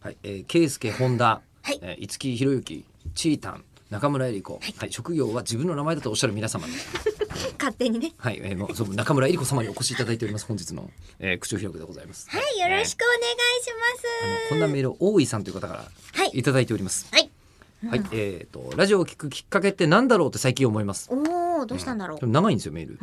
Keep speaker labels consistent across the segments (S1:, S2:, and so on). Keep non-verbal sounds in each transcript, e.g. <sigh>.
S1: はい、えー、圭介本田、
S2: はい
S1: えー、五木ひろゆき、チータン、中村江里子、はい、職業は自分の名前だとおっしゃる皆様に、
S2: 勝手にね。
S1: はい、えーもう、その中村江里子様にお越しいただいております。本日の、えー、口を開くでございます。
S2: はい、よろしくお願いし
S1: えーこん
S2: ま
S1: なメールを大井さんという方から
S2: す。はいい。
S1: ただいております。
S2: はい。
S1: はい、えっ、とラジオを聞くきっかけってなんだろうって最近思います。
S2: おお、どうしたんだろ
S1: で
S2: う。
S1: も長いんですよメール。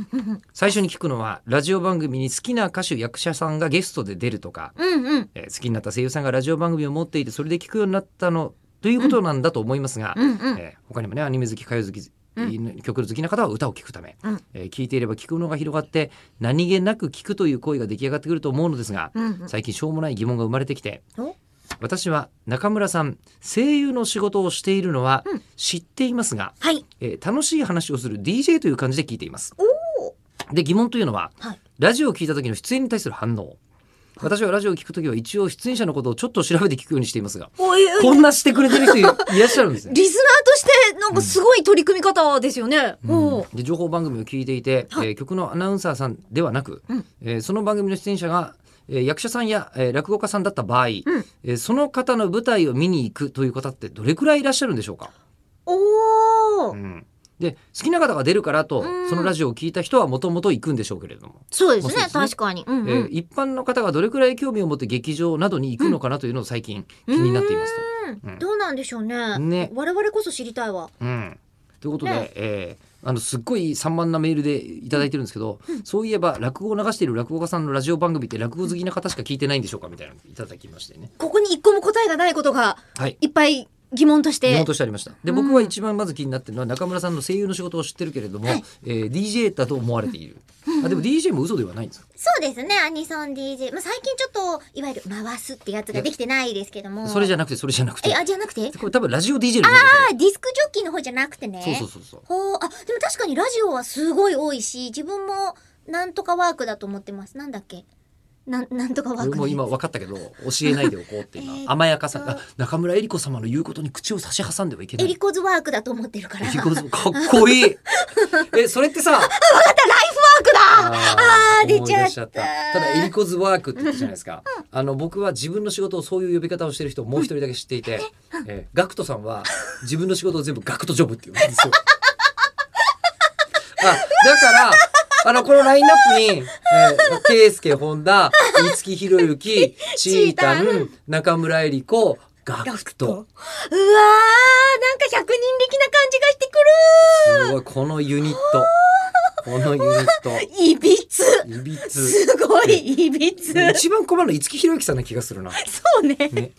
S1: 最初に聞くのはラジオ番組に好きな歌手役者さんがゲストで出るとか、
S2: うんうん。
S1: えー好きになった声優さんがラジオ番組を持っていてそれで聞くようになったのということなんだと思いますが、
S2: うんうん。
S1: えー他にもねアニメ好き歌謡好き、曲好きな方は歌を聴くため、
S2: うん
S1: えー聞いていれば聞くのが広がって何気なく聞くという行為が出来上がってくると思うのですが、
S2: うんうん
S1: 最近しょうもない疑問が生まれてきて
S2: お
S1: 私は中村さん声優の仕事をしているのは
S2: うん
S1: 知っていますが、
S2: はい。
S1: えー楽しい話をする DJ という感じで聞いています。で疑問というのは
S2: はい。
S1: ラジオを聞いた時の出演に対する反応私はラジオを聞く時は一応出演者のことをちょっと調べて聞くようにしていますが
S2: おいおい
S1: こんなしてくれてる人いいらっしゃるんですね。
S2: リスナーとして、なんかすごい取り組み方ですよね。おお。
S1: で情報番組を聞いていて、
S2: はい
S1: えー曲のアナウンサーさんではなく、
S2: うん
S1: えーその番組の出演者が、えー役者さんや、えー落語家さんだった場合、えーその方の舞台を見に行くという方ってどれくらいいらっしゃるんでしょうか、
S2: おお
S1: う。んで好きな方が出るからと
S2: うん
S1: そのラジオを聞いた人はもともと行くんでしょうけれども、
S2: そうです
S1: まあ
S2: ね。
S1: そうですね
S2: 確かに。うん
S1: え
S2: う
S1: ー
S2: ん。
S1: 一般の方がどれくらい興味を持って劇場などに行くのかなというのを最近気になっていますと。
S2: うーん
S1: うん
S2: どうなんでしょうね。
S1: ね
S2: 我々こそ知りたいわ。
S1: うん、ということで、
S2: ね
S1: えーあのすっごい散漫なメールでいただいてるんですけど、そういえば落語を流している落語家さんのラジオ番組って落語好きな方しか聞いてないんでしょうかみたいなのいただきましてね。
S2: ここに一個も答えがないことが、
S1: はい
S2: いっぱい疑問とし
S1: 日
S2: て
S1: 本。としてありましたで
S2: うん
S1: 僕は一番まず気になってるのは中村さんの声優の仕事を知ってるけれども、えー DJ だと思われている、あでも DJ も嘘ではないんですか、
S2: そうですね。アニソン DJ。まあ、最近ちょっと、いわゆる回すってやつができてないですけども。
S1: それじゃなくてそれじゃなくて
S2: え、あ、じゃなくて
S1: これ多分ラジオ DJ のことですよ
S2: あディスクジョッキーの方じゃなくてね。
S1: そうそうそうそう
S2: ほう、あ、でも確かにラジオはすごい多いし、自分もなんとかワークだと思ってます。なんだっけなん、なんとかワー
S1: 俺
S2: クの
S1: も今分かったけど教えないでおこうって
S2: えー
S1: 今
S2: と
S1: 甘やかさが中村江里子様の言うことに口を差し挟んではいけな
S2: エ
S1: い
S2: リコズワークだと思ってるから。
S1: エリコズかっこい <laughs> いえそれってさ
S2: ワークだ
S1: あ
S2: あー出ちゃった
S1: ただエリコズワークって言ったじゃないですか、あの僕は自分の仕事をそういう呼び方をしてる人をもう一人だけ知っていて、えーガクトさんは自分の仕事を全部ガクトジョブって言うん <laughs> ですよあだからあのこのラインナップに、えー、圭介本田五木ひろゆきチータ
S2: チー
S1: ン中村江里子ガ
S2: ガ
S1: ク
S2: クトうわ
S1: ト
S2: ー、なんか百人力な感じがしてく
S1: すごいこのユニットこのユニット
S2: るいびつ
S1: いびつ
S2: <laughs> すごいいびつ
S1: で一番困るのは五木ひろゆきさんな気がするな。
S2: そうね。
S1: ね、